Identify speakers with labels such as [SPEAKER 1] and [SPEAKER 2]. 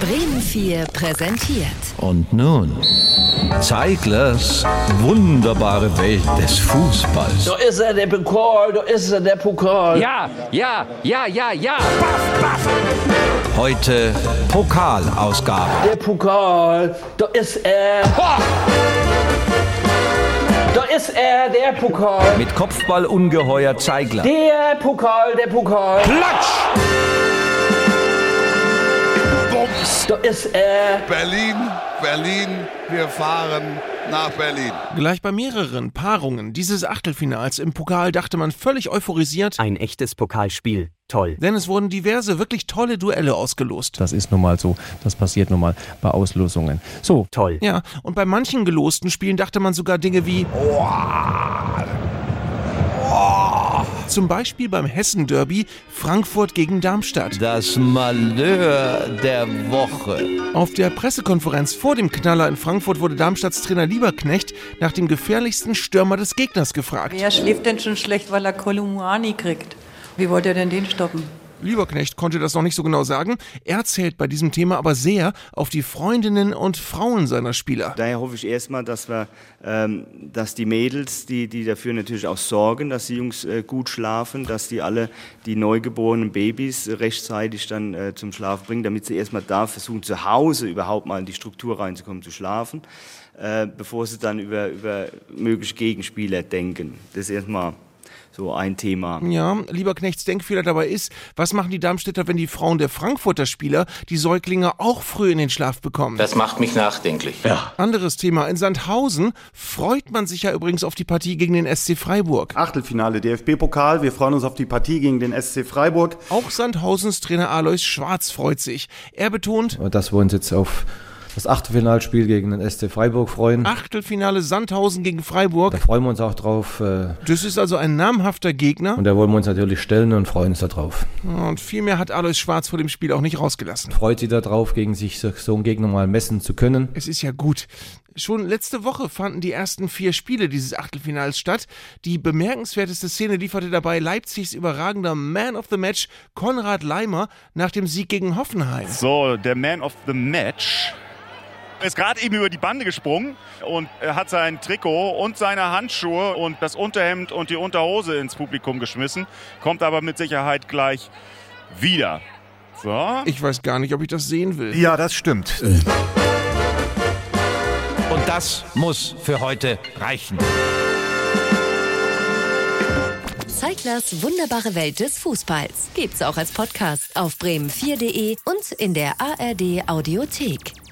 [SPEAKER 1] Bremen 4 präsentiert.
[SPEAKER 2] Und nun, Zeiglers wunderbare Welt des Fußballs.
[SPEAKER 3] Da ist er, der Pokal, da ist er, der Pokal.
[SPEAKER 4] Ja, ja, ja, ja, ja.
[SPEAKER 2] Heute Pokalausgabe.
[SPEAKER 3] Der Pokal, da ist er. Da ist er, der Pokal.
[SPEAKER 2] Mit Kopfballungeheuer Zeigler.
[SPEAKER 3] Der Pokal, der Pokal.
[SPEAKER 4] Platsch!
[SPEAKER 3] Da ist er.
[SPEAKER 5] Berlin, Berlin, wir fahren nach Berlin.
[SPEAKER 6] Gleich bei mehreren Paarungen dieses Achtelfinals im Pokal dachte man völlig euphorisiert,
[SPEAKER 7] Ein echtes Pokalspiel. Toll.
[SPEAKER 6] denn es wurden diverse wirklich tolle Duelle ausgelost.
[SPEAKER 8] Das ist nun mal so. Das passiert nun mal bei Auslosungen. So,
[SPEAKER 7] Toll.
[SPEAKER 6] Ja, und bei manchen gelosten Spielen dachte man sogar Dinge wie zum Beispiel beim Hessen-Derby Frankfurt gegen Darmstadt.
[SPEAKER 2] Das Malheur der Woche.
[SPEAKER 6] Auf der Pressekonferenz vor dem Knaller in Frankfurt wurde Darmstadts Trainer Lieberknecht nach dem gefährlichsten Stürmer des Gegners gefragt.
[SPEAKER 9] Wer schläft denn schon schlecht, weil er Kolumani kriegt? Wie wollt ihr denn den stoppen?
[SPEAKER 6] Lieberknecht konnte das noch nicht so genau sagen. Er zählt bei diesem Thema aber sehr auf die Freundinnen und Frauen seiner Spieler.
[SPEAKER 10] Daher hoffe ich erstmal, dass wir, ähm, dass die Mädels, die, die dafür natürlich auch sorgen, dass die Jungs äh, gut schlafen, dass die alle die neugeborenen Babys rechtzeitig dann äh, zum Schlaf bringen, damit sie erstmal da versuchen, zu Hause überhaupt mal in die Struktur reinzukommen, zu schlafen, äh, bevor sie dann über, über mögliche Gegenspieler denken. Das ist erstmal so ein Thema.
[SPEAKER 6] Ja, lieber Knechts Denkfehler dabei ist, was machen die Darmstädter, wenn die Frauen der Frankfurter Spieler die Säuglinge auch früh in den Schlaf bekommen?
[SPEAKER 11] Das macht mich nachdenklich. Ja.
[SPEAKER 6] Anderes Thema. In Sandhausen freut man sich ja übrigens auf die Partie gegen den SC Freiburg.
[SPEAKER 12] Achtelfinale DFB-Pokal. Wir freuen uns auf die Partie gegen den SC Freiburg.
[SPEAKER 6] Auch Sandhausens Trainer Alois Schwarz freut sich. Er betont,
[SPEAKER 8] dass wir uns jetzt auf das Achtelfinalspiel gegen den SC Freiburg freuen.
[SPEAKER 6] Achtelfinale Sandhausen gegen
[SPEAKER 8] Da
[SPEAKER 6] Freiburg.
[SPEAKER 8] freuen wir uns auch drauf. äh,
[SPEAKER 6] Das ist also ein namhafter Gegner
[SPEAKER 8] Und da wollen wir uns natürlich stellen und freuen uns darauf.
[SPEAKER 6] und viel mehr hat Alois Schwarz vor dem Spiel auch nicht rausgelassen.
[SPEAKER 8] Freut sich darauf, gegen sich so so einen Gegner mal messen zu können.
[SPEAKER 6] Es ist ja gut. Schon letzte Woche fanden die ersten vier Spiele dieses Achtelfinals statt. Die bemerkenswerteste Szene lieferte dabei Leipzigs überragender Man of the Match Konrad Leimer nach dem Sieg gegen Hoffenheim.
[SPEAKER 12] So, der Man of the Match ist gerade eben über die Bande gesprungen und er hat sein Trikot und seine Handschuhe und das Unterhemd und die Unterhose ins Publikum geschmissen, kommt aber mit Sicherheit gleich wieder. So.
[SPEAKER 6] Ich weiß gar nicht, ob ich das sehen will.
[SPEAKER 5] Ja, das stimmt.
[SPEAKER 2] Und das muss für heute reichen.
[SPEAKER 1] Zeiglers wunderbare Welt des Fußballs. Gibt's auch als Podcast auf bremen4.de und in der ARD Audiothek.